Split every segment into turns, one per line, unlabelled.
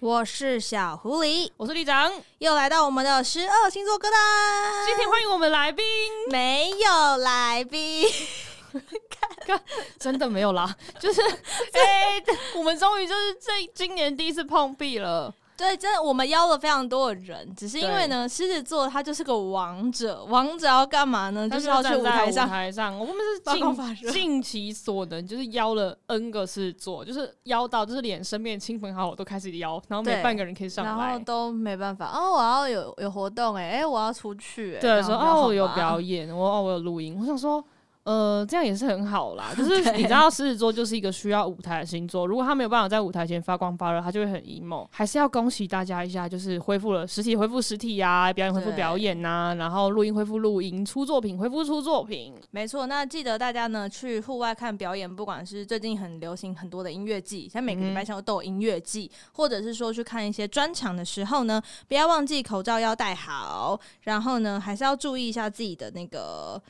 我是小狐狸，
我是队长，
又来到我们的十二星座歌单。
今天欢迎我们来宾，
没有来宾，
真的没有 啦，就是哎、我们终于就是这今年第一次碰壁了，
对，真的我们邀了非常多的人，只是因为呢，狮子座他就是个王者，王者要干嘛呢？嗯就是要去
站
舞
在
台
舞
上。
台上，我们
发光发
是
热
尽尽其所能，就是邀了 N 个事做，就是邀到就是连身边的亲朋好友都开始邀，然后
对
没半个人可以上
然后
来。
都没办法哦，我要有有活动哎、哎，我要出去、哎
对，说哦，我有 表
演，
演，我哦，我有录音。我想说，呃，这样也是很好啦。 就是你知道，狮子座就是一个需要舞台的星座，如果他没有办法在舞台前发光发热，他就会很 emo。还是要恭喜大家一下，就是恢复了实体，恢复实体啊，表演恢复
对
表演呐、然后录音恢复录音，出作品恢复出作品。
没错。那记得大家呢去户外看表演，不管是最近很流行很多的音乐季，像每个礼
嗯
拜像都有音乐季，或者是说去看一些专场的时候呢，不要忘记口罩要戴好，然后呢还是要注意一下自己的那个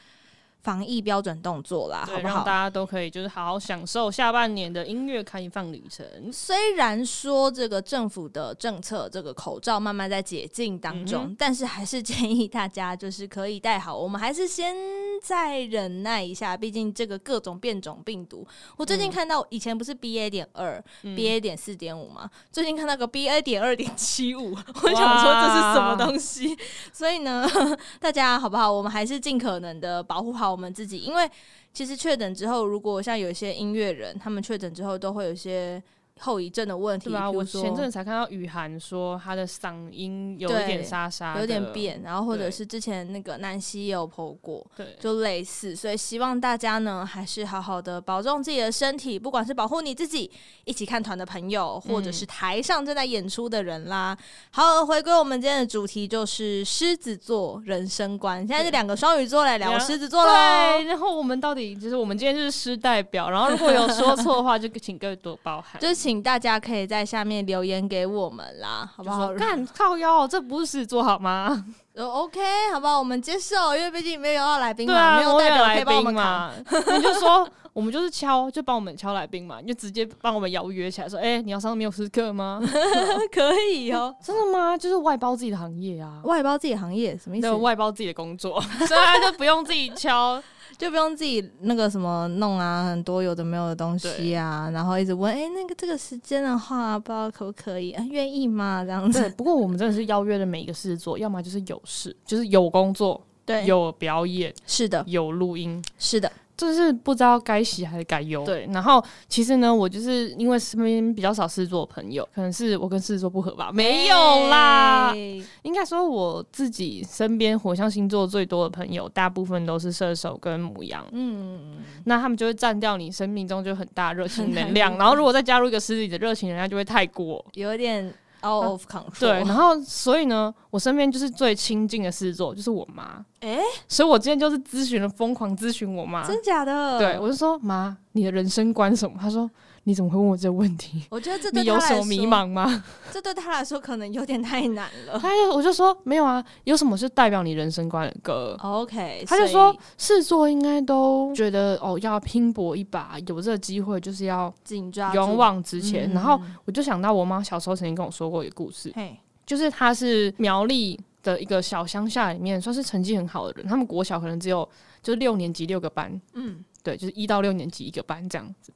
防疫标准动作啦，啊好
对，
不
让
好
大？家都可以就是好好享受下半年的音乐开放旅程。
虽然说这个政府的政策，这个口罩慢慢在解禁当中，但是还是建议大家就是可以戴好。我们还是先再忍耐一下，毕竟这个各种变种病毒，我最近看到以前不是 B A 点二、B
嗯
A 点四点五嘛，最近看到个 B A 点二点七五， 我想说这是什么东西？所以呢， 大家好不好？我们还是尽可能的保护好我们自己，因为其实确诊之后，如果像有一些音乐人，他们确诊之后都会有一些后遗症的问题，
对吧？
比如
我
说
前阵子才看到雨涵说她的嗓音有一
对
点沙沙的，
有点变，然后或者
对
是之前那个南希也有剖过，
对，
就类似，所以希望大家呢还是好好的保重自己的身体，不管是保护你自己，一起看团的朋友，或者是
嗯
台上正在演出的人啦。好，回归我们今天的主题就是狮子座人生观，现在是两个双鱼座来聊
两
狮子座喽。
对，然后我们到底就是我们今天就是师代表，然后如果有说错的 话，就请各位多包涵。
就请大家可以在下面留言给我们啦，好
好
不好？
干靠腰，哦这不是狮子座好 吗？
呃 OK，好不好？我们接受，因为毕竟没有要来宾
对
嘛，
啊，
没有代表可以
来
帮我
宾
们扛。
嘛， 你就说我们就是敲，就帮我们敲来宾嘛，你就直接帮我们邀约起来，说，哎、你要上没有时刻吗？
可以哦，
真的吗？就是外包自己的行业啊，
外包自己行业什么意思
对，？外包自己的工 作，所以他就不用自己敲。
就不用自己那个什么弄啊，很多有的没有的东西啊，然后一直问，哎、那个这个时间的话，不知道可不可以，啊愿意吗？这样
对，
子，
不过我们真的是邀约的每一个狮子座，要么就是有事，就是有工作、
对
有表演、
是的，
有录音，
是的，
就是不知道该喜还是该忧。对，然后其实呢，我就是因为身边比较少狮子座的朋友，可能是我跟狮子座不合吧，没有啦。
哎
应该说我自己身边火象星座最多的朋友，大部分都是射手跟母羊，
嗯，
那他们就会占掉你生命中就很大热情能量。然后如果再加入一个狮子的热情能量，就会太过。
有点 out of control，
对，然后所以呢，我身边就是最亲近的狮子座就是我妈，
哎
所以我今天就是咨询了，疯狂咨询我妈，
真假的？
对，我就说妈，你的人生观是什么？她说你怎么会问我这个问题？
我觉得 这对
你
他
有
来
什么
说
迷？茫吗？
这对他来说可能有点太难 了。
她就我就说没有啊，有什么是代表你人生观的歌？
OK，
她就
所以
说狮子座应该都觉得哦要拼搏一把，有这个机会就是要
紧抓住
勇，往直前。
嗯
然后我就想到我妈小时候曾经跟我说过一个故事，
嘿，
就是她是苗栗的一个小乡下里面算是成绩很好的人，他们国小可能只有就是六年级六个班，
嗯，
对，就是一到六年级一个班这样子。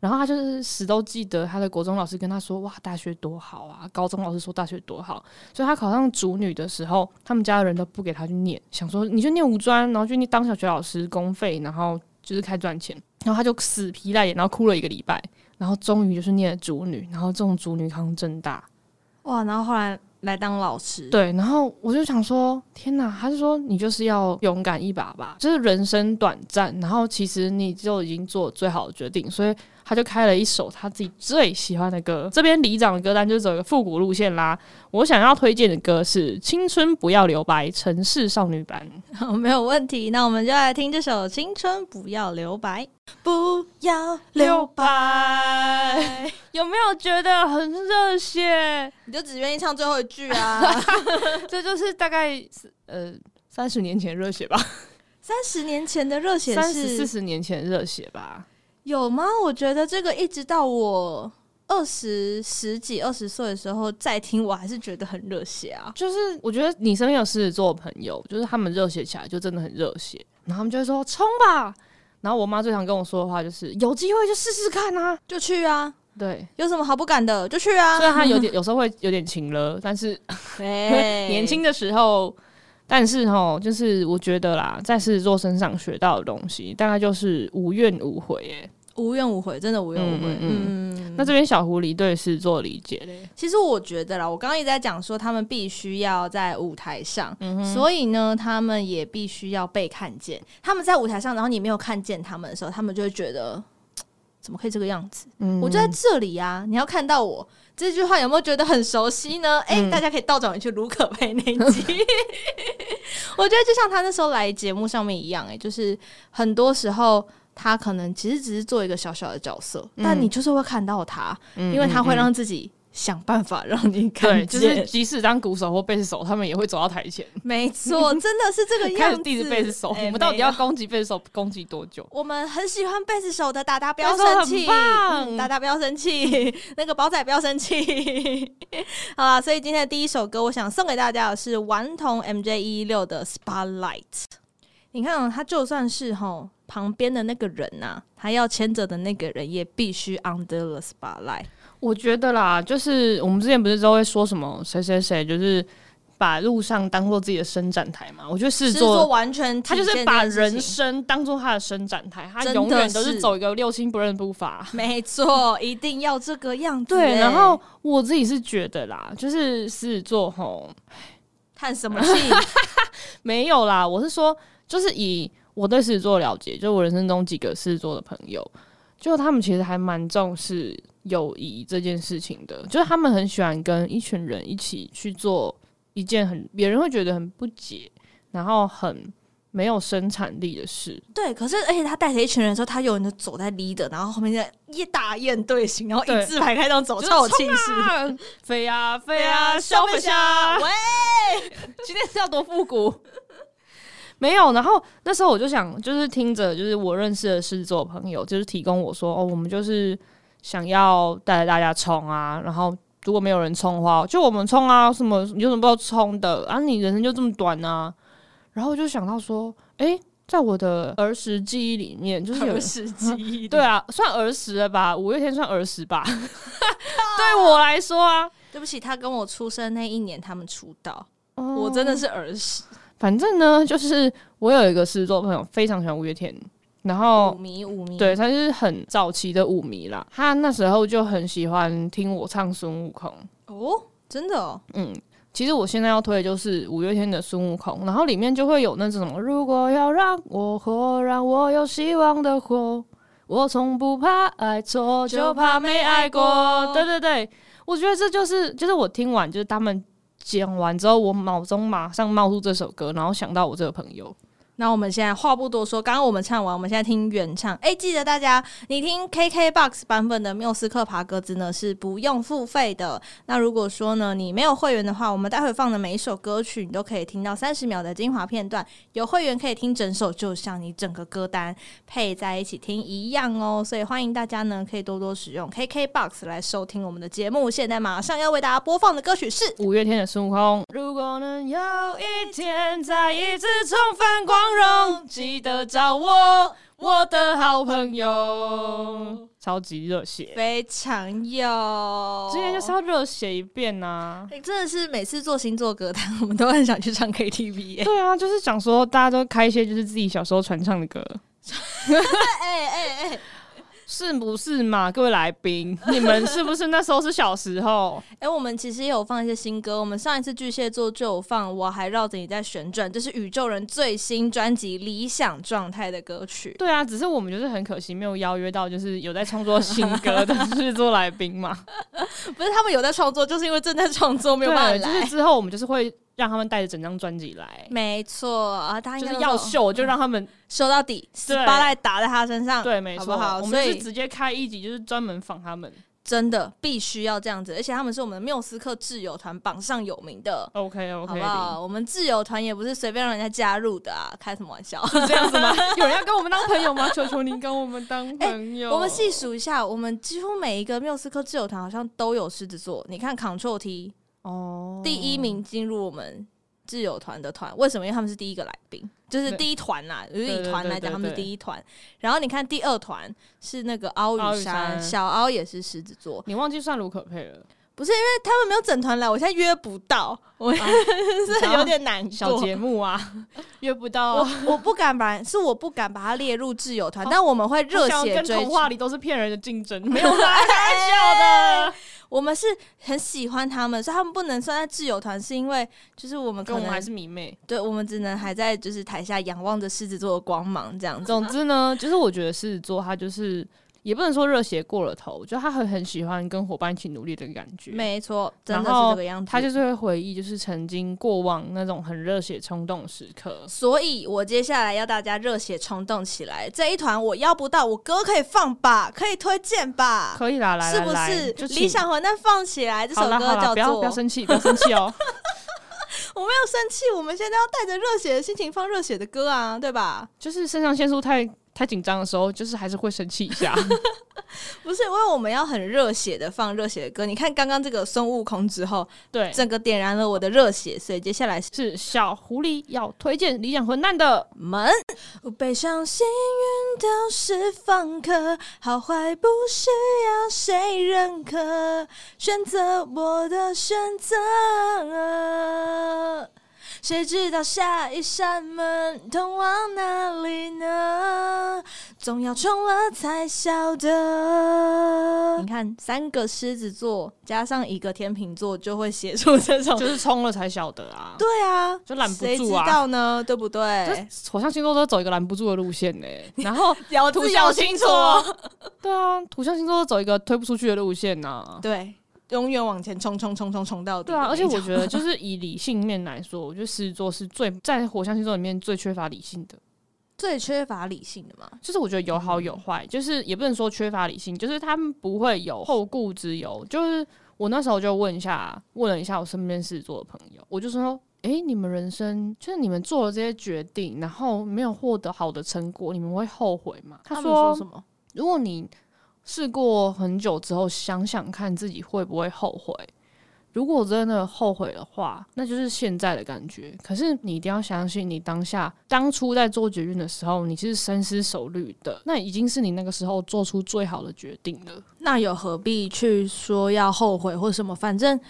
然后他就是死都记得他的国中老师跟他说：“哇，大学多好啊！”高中老师说大学多好，所以他考上主女的时候，他们家人都不给他去念，想说你去念五专，然后去当小学老师，公费，然后就是开始赚钱。然后他就死皮赖脸，然后哭了一个礼拜，然后终于就是念了主女，然后这种主女考上正大，
哇，然后后来来当老师，
对，然后我就想说，天哪！他是说你就是要勇敢一把吧，就是人生短暂，然后其实你就已经做最好的决定，所以他就开了一首他自己最喜欢的歌。这边里长的歌单就是走一个复古路线啦。我想要推荐的歌是《青春不要留白》城市少女版。
好， 没有问题。那我们就来听这首《青春不要留白》，不要留白。
有没有觉得很热血？
你就只愿意唱最后一句啊？
这就是大概呃三十年前的热血吧，
三十年前的热血
三十四
是
十年前的热血吧。
有吗？我觉得这个一直到我二十十几、二十岁的时候再听，我还是觉得很热血啊。
就是我觉得你身边有狮子座的朋友，就是他们热血起来就真的很热血，然后他们就会说冲吧。然后我妈最常跟我说的话就是有机会就试试看啊。
就去啊，
对，
有什么好不敢的就去啊
虽。然她有点有时候会有点勤了，但是
哎
年轻的时候，但是哈，就是我觉得啦，在狮子座身上学到的东西，大概就是无怨无悔、欸。
无怨无悔，真的无怨无悔。
嗯嗯
嗯
那这边小狐狸对狮子座的理解嘞，
其实我觉得啦，我刚刚一直在讲说，他们必须要在舞台上，
嗯
所以呢，他们也必须要被看见。他们在舞台上，然后你没有看见他们的时候，他们就会觉得嘖怎么可以这个样子？
嗯
我就在这里啊，你要看到我。这句话有没有觉得很熟悉呢？哎、
嗯
大家可以倒转回去卢可佩那一集。 我觉得就像他那时候来节目上面一样、哎，就是很多时候他可能其实只是做一个小小的角色，
嗯
但你就是会看到他。因为他会让自己想办法让你
对，
看见，
就是即使当鼓手或贝斯手，他们也会走到台前，
没错，真的是这个 样
开始
子。
一直贝斯手。
哎
我们到底要
没有
攻击贝斯手攻击多久？
我们很喜欢贝斯手的达达，不
贝
要
斯手
生
很
气，
棒
嗯达达不要生气， 那个宝仔不要生气。 好啦，所以今天的第一首歌，我想送给大家的是顽童 MJ 一六的《Spotlight》。你看、哦，他就算是吼旁边的那个人呐、他要牵着的那个人也必须 under the spotlight。
我觉得啦，就是我们之前不是都会说什么谁谁谁，就是把路上当做自己的伸展台嘛。我觉得狮
狮
子
子座
座。
完全体
他
现
就是把
这件事情
人生当做他的伸展台，他
真的
永远都是
是
走一个六亲不认的 步伐。
没错，一定要这个样子欸。
对，然后我自己是觉得啦，就是狮子座吼，
叹什么气？
没有啦，我是说，就是以我对狮子座的了解，就我人生中几个狮子座的朋友，就他们其实还蛮重视友谊这件事情的，就是他们很喜欢跟一群人一起去做一件很别人会觉得很不解，然后很没有生产力的事。
对，可是而且他带着一群人的时候，他有人就走在 leader，然后后面在一大雁队形，然后
对
一字排开这样走，
就是
超有气势。
啊飞呀、飞
对
呀、
啊，
消费
下，
下，
喂，
今天是要多复古？没有，然后那时候我就想，就是听着，就是我认识的狮子座朋友，就是提供我说，哦，我们就是想要带着大家冲啊，然后如果没有人冲的话，就我们冲啊，什么你有什么不要冲的啊？你人生就这么短啊。然后我就想到说，诶，在我的儿时记忆里面， 就是有
有
人
时机。
对，啊，算儿时了吧？五月天算儿时 吧？对我来说啊，
对不起，他跟我出生那一年他们出道，
哦
我真的是儿时
反正呢，就是我有一个狮子座朋友，非常喜欢五月天，然后
五迷五迷。
哦对，他就是很早期的舞迷啦。他那时候就很喜欢听我唱孙悟空。
哦，真的哦，
嗯其实我现在要推的就是五月天的孙悟空，然后里面就会有那种什么如果要让我活，让我有希望的活，我从不怕爱错，就怕没爱过。对对对，我觉得这就是就是我听完就是他们讲完之后，我脑中马上冒出这首歌，然后想到我这个朋友。
那我们现在话不多说，刚刚我们唱完，我们现在听原唱。哎、记得大家，你听 KKBOX 版本的《缪斯克爬格子》呢是不用付费的。那如果说呢你没有会员的话，我们待会放的每一首歌曲，你都可以听到三十秒的精华片段。有会员可以听整首，就像你整个歌单配在一起听一样哦。所以欢迎大家呢可以多多使用 KKBOX 来收听我们的节目。现在马上要为大家播放的歌曲是。
五月天的孙悟空。如果能有一天再一次重返光荣，记得找我，我的好朋友。超级热血，
非常有，
今天就是要热血一遍呐、
欸真的是每次做星座歌单， 我们都很想去唱 KTV 耶、
对啊，就是想说大家都开一些就是自己小时候传唱的歌，
哎哎哎
是不是嘛？各位来 宾，你们是不是那时候是小时候？
哎，我们其实也有放一些新歌。我们上一次巨蟹座就有放《我还绕着你在旋转》，这是宇宙人最新专辑《理想状态》的歌曲。
对啊，只是我们就是很可惜没有邀约到，就是有在创作新歌的制作来宾嘛。
不是他们有在创作，就是因为正在创作，没有办
对，
法
就
来。
是之后我们就是会让他们带着整张专辑来。
没错啊，大家
就
应
是
该
要
秀
秀，就让他们
秀到底，十八赖打在他身上。
对，没
嗯好
错，
不好
我
所
们
以
就是直接开一集，就是专门仿他们。
真的必须要这样子，而且他们是我们缪斯克自由团榜上有名的。
OK
好
OK，
不好？我们自由团也不是随便让人家加入的啊，开什么玩笑？
是这 样子吗？有人要跟我们当朋友吗？求求您跟我们当朋友。
哎我们细数一下，我们几乎每一个缪斯科自由团好像都有狮子座。你看 Control T
哦，
第一名进入我们自由团的团，为什么？因为他们是第一个来宾，就是
对
第一团啦。就是
对
以
对
团
对
来讲，
对
他们是
对
第一团。然后你看第二团是那个凹
凹
雨
雨
山，
山
小凹也是狮子座，
你忘记算卢可 佩了，
但他们没有整团来，我现在约不到，我
啊
是有点难过。
小节目 啊，约不到
我
啊。
我不敢把，是我不敢把它列入自由
哦
团，但我们会热
像
血
跟
追
童
逐。
话里都是骗人的竞争，没有
啊
啦，开玩笑的。
我们是很喜欢他们，所以他们不能算在自由团，是因为就是我们
跟
可
我们还
能
是 迷妹。
对，我们只能还在就是台下仰望着狮子座的光芒这样子。
总之呢，就是我觉得狮子座他就是也不能说热血过了头，我觉得他很很喜欢跟伙伴一起努力的感觉。
没错，真的是
然后
这个样子。
他就是会回忆，就是曾经过往那种很热血冲动的时刻。
所以，我接下来要大家热血冲动起来！这一团我要不到，我歌可以放吧，可以推荐吧，
可以啦，来
啊是
来
不
来，
是
就？请
理想混蛋放起来，这首
好啦
歌
好啦
叫
不要
做……
不要生气，不要生气哦。
我没有生气，我们现在要带着热血的心情放热血的歌啊，对吧？
就是肾上腺素太太紧张的时候，就是还是会生气 一下。
不是，因为我们要很热血的放热血的歌。你看刚刚这个孙悟空之后，
对，
整个点燃了我的热血，所以接下来是
是小狐狸要推荐理想混蛋的。
门。背上幸运都是放客，好坏不需要谁认可，选择我的选择。谁知道下一扇门通往哪里呢？总要冲了才晓得。你看，三个狮子座加上一个天秤座，就会写出这种。
就是冲了才晓得
哦
啊。
对啊，
就拦不
谁
住
知
啊
道呢？对不
就是
对？
火象星座都走一个拦不住的路线 呢、然后
要
图
要
像星座， 对啊，土象星座都走一个推不出去的路线啊呐、
对，永远往前冲冲冲冲冲到底。
对啊，而且我觉得就是以理性面来说，我觉得狮子座是最在火象星座里面最缺乏理性的。
最缺乏理性的嘛，
就是我觉得有好
嗯
有坏，就是也不能说缺乏理性，就是他们不会有后顾之忧。就是我那时候就问一下，问了一下我身边狮子座的朋友，我就说。诶，你们人生就是你们做了这些决定，然后没有获得好的成果，你们会后悔吗？
他
他
们
说
说什么？
如果你试过很久之后，想想看自己会不会后悔。如果真的后悔的话，那就是现在的感觉。可是你一定要相信，你当下当初在做决定的时候，你是深思熟虑的，那已经是你那个时候做出最好的决定了。
那又何必去说要后悔或什么？反正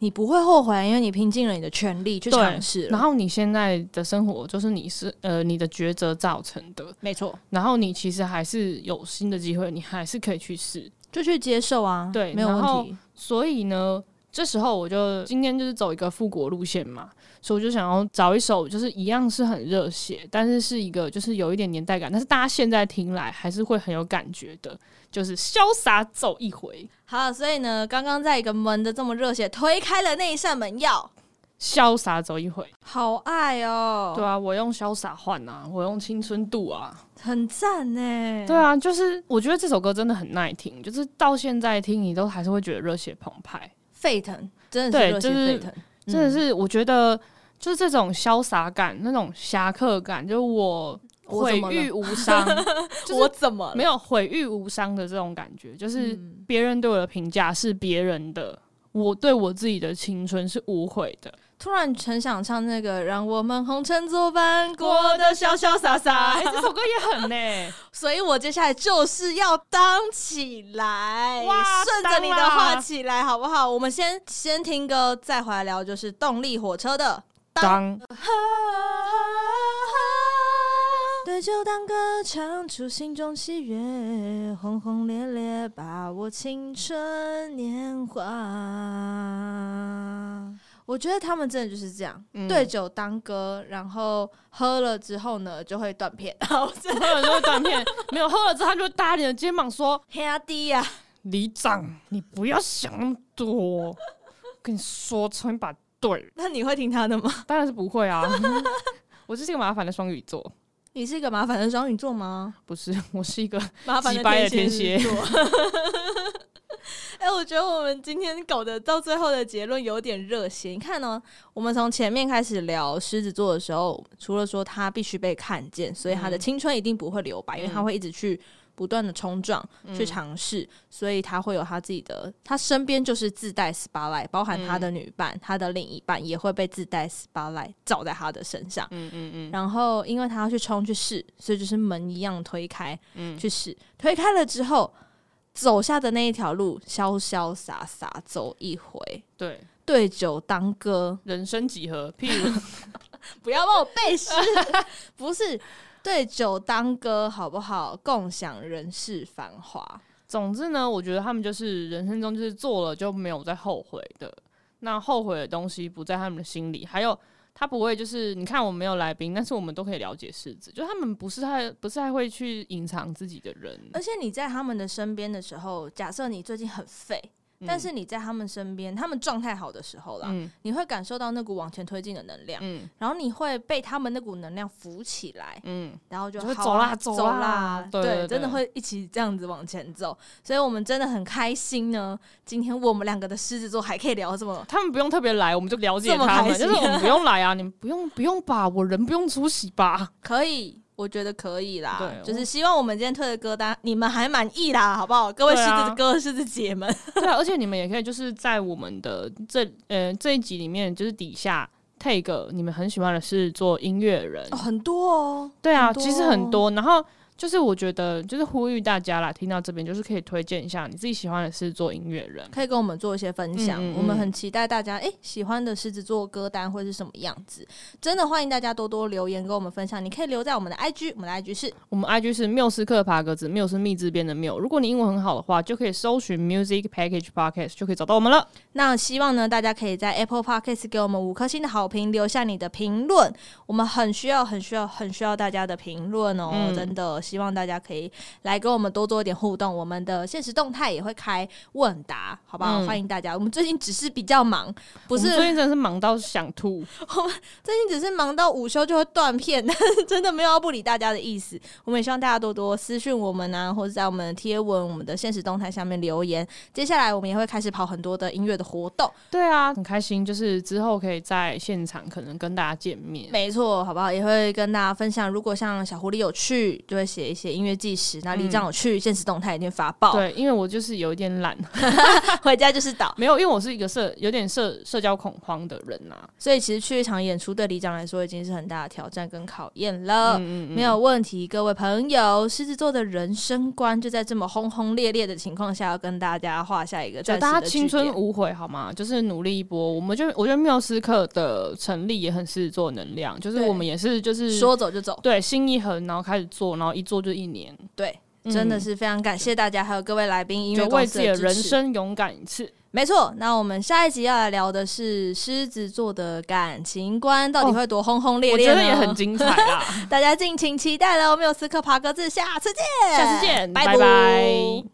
你不会后悔，因为你拼尽了你的全力去
对
尝试了。
然后你现在的生活就是你是呃你的抉择造成的，
没错，
然后你其实还是有新的机会，你还是可以去试。
就去接受啊，
对
没有
然后
问题。
所以呢，这时候我就今天就是走一个复国路线嘛，所以我就想要找一首就是一样是很热血，但是是一个就是有一点年代感，但是大家现在听来还是会很有感觉的，就是潇洒走一回。
好，所以呢，刚刚在一个门的这么热血推开了那一扇门，要
潇洒走一回，
好爱哦，
对啊，我用潇洒换啊，我用青春度啊，
很赞呢。
对啊，就是我觉得这首歌真的很耐听，就是到现在听你都还是会觉得热血澎湃。
沸腾，真的是
对
热血
就是
沸腾，
真的是我觉得就是这种潇洒感、那种侠客感，就是我
我
毁
怎么了
誉无伤， 就是
我怎么了
没有毁誉无伤的这种感觉，就是
嗯
别人对我的评价是别人的。我对我自己的青春是无悔的，
突然很想唱那个“让我们红尘作伴，过得潇潇洒洒
哎，这首歌也很呢、”，
所以我接下来就是要当起来，
哇
顺着你的
当啦
话起来，好不好？我们先先听歌，再回来聊，就是动力火车的。
当
对酒当歌，唱出心中喜悦，轰轰烈烈把握青春年华。我觉得他们真的就是这样，
嗯
对酒当歌，然后喝了之后呢，就 会断片，然后是
喝了就会断片，没有喝了之后他就会搭你的肩膀说
黑阿弟呀、：“
李长，你不要想那么多，跟你说穿把对。”
那你会听他的吗？
当然是不会啊， 我就是一个麻烦的双鱼座，
你是一个麻烦的双鱼座吗？
不是，我是一个
麻烦的
鸡掰的
天蝎座。 哎、我觉得我们今天搞得到最后的结论有点热血。你看哦，我们从前面开始聊狮子座的时候，除了说他必须被看见，所以
嗯
他的青春一定不会留白，因为他会一直去不断的冲撞、
嗯
去尝试，所以他会有他自己的，他身边就是自带 spotlight，包含他的
嗯
女伴、他的另一半也会被自带 spotlight 照在他的身上。
嗯嗯嗯，
然后因为他要去冲去试，所以就是门一样推开，去试。推开了之后，走下的那一条路，潇潇洒洒走一回，
对，
对酒当歌，
人生几何，譬如
不要帮我背诗， 不是对酒当歌，好不好？共享人世繁华。
总之呢，我觉得他们就是人生中就是做了就没有再后悔的。那后悔的东西不在他们的心里，还有他不会就是你看我没有来宾，但是我们都可以了解世子，就他们不是太不是太会去隐藏自己的人。
而且你在他们的身边的时候，假设你最近很废，但是你在他们身边，他们状态好的时候啦，
嗯
你会感受到那股往前推进的能量，
嗯
然后你会被他们那股能量扶起来，
嗯，
然后就
就会
好
走
啊
啦走
走
啦
对
对对
真的
对
会一起这样子往前走，所以我们真的很开心呢。今天我们两个的狮子座还可以聊这么，
他们不用特别来，我们就了解
这么
他
开
们，
心
就是我们不用来啊，你们不用不用吧，我人不用出席吧。
可以，我觉得可以啦。
对
就是希望我们今天推的歌单你们还满意啦，好不好？各位狮
对啊
子哥、狮子姐们，
对啊，而且你们也可以就是在我们的这呃这一集里面，就是底下 take 你们很喜欢的是做音乐人
哦，很多哦。
对啊，
很多
其实
哦
很多。然后就是我觉得，就是呼吁大家啦，听到这边就是可以推荐一下你自己喜欢的是做音乐人。
可以跟我们做一些分享，
嗯嗯嗯
我们很期待大家诶喜欢的狮子座歌单会是什么样子，真的欢迎大家多多留言跟我们分享。你可以留在我们的 IG，我们的 IG 是
我们 IG 是缪斯克爬格子，缪是密字边的缪。如果你英文很好的话，就可以搜寻 Music Package Podcast 就可以找到我们了。
那希望呢，大家可以在 Apple Podcast 给我们五颗星的好评，留下你的评论，我们很需要、很需要、很需要大家的评论哦，
嗯
真的，希望大家可以来跟我们多做一点互动。我们的现实动态也会开问答，好不好？
嗯
欢迎大家。我们最近只是比较忙，不是
我们最近真的是忙到 想吐。
最近只是忙到午休就会断片， 但是真的没有要不理大家的意思。我们也希望大家多多私讯我们啊，或者在我们的贴文、我们的现实动态下面留言。接下来我们也会开始跑很多的音乐的活动。
对啊，很开心，就是之后可以在现场可能跟大家见面。
没错，好不好？也会跟大家分享。如果像小狐狸有去，就会写一些音乐纪实；那李长有去，现实动态一定发报。
对，因为我就是有一点懒，
回家就是岛。
没有，因为我是一个社有点社社交恐慌的人啊呐、
所以其实去一场演出对李长来说已经是很大的挑战跟考验了。
嗯
没有问题，各位朋友，狮子座的人生观就在这么轰轰烈烈的情况下，要跟大家画下一个
就
暂时
大
的
家
句
青春
点
无悔好吗？就是努力一波。我们就我觉得缪斯克的成立也很是做能量，就是
对
我们也是就是
说走就走。
对心一横，然后开始做，然后一做就一年，
对，
嗯
真的是非常感谢大家，还有各位来宾，音乐
就为
公
自
司
己的
支
人
持
生勇敢一次。
没错，那我们下一集要来聊的是狮子座的感情观到底会多轰轰烈
哦我
烈、
觉得也很，精彩啦，
大家敬请期待喽！我们有斯克爬格子，下次见，
下次见，
拜
拜拜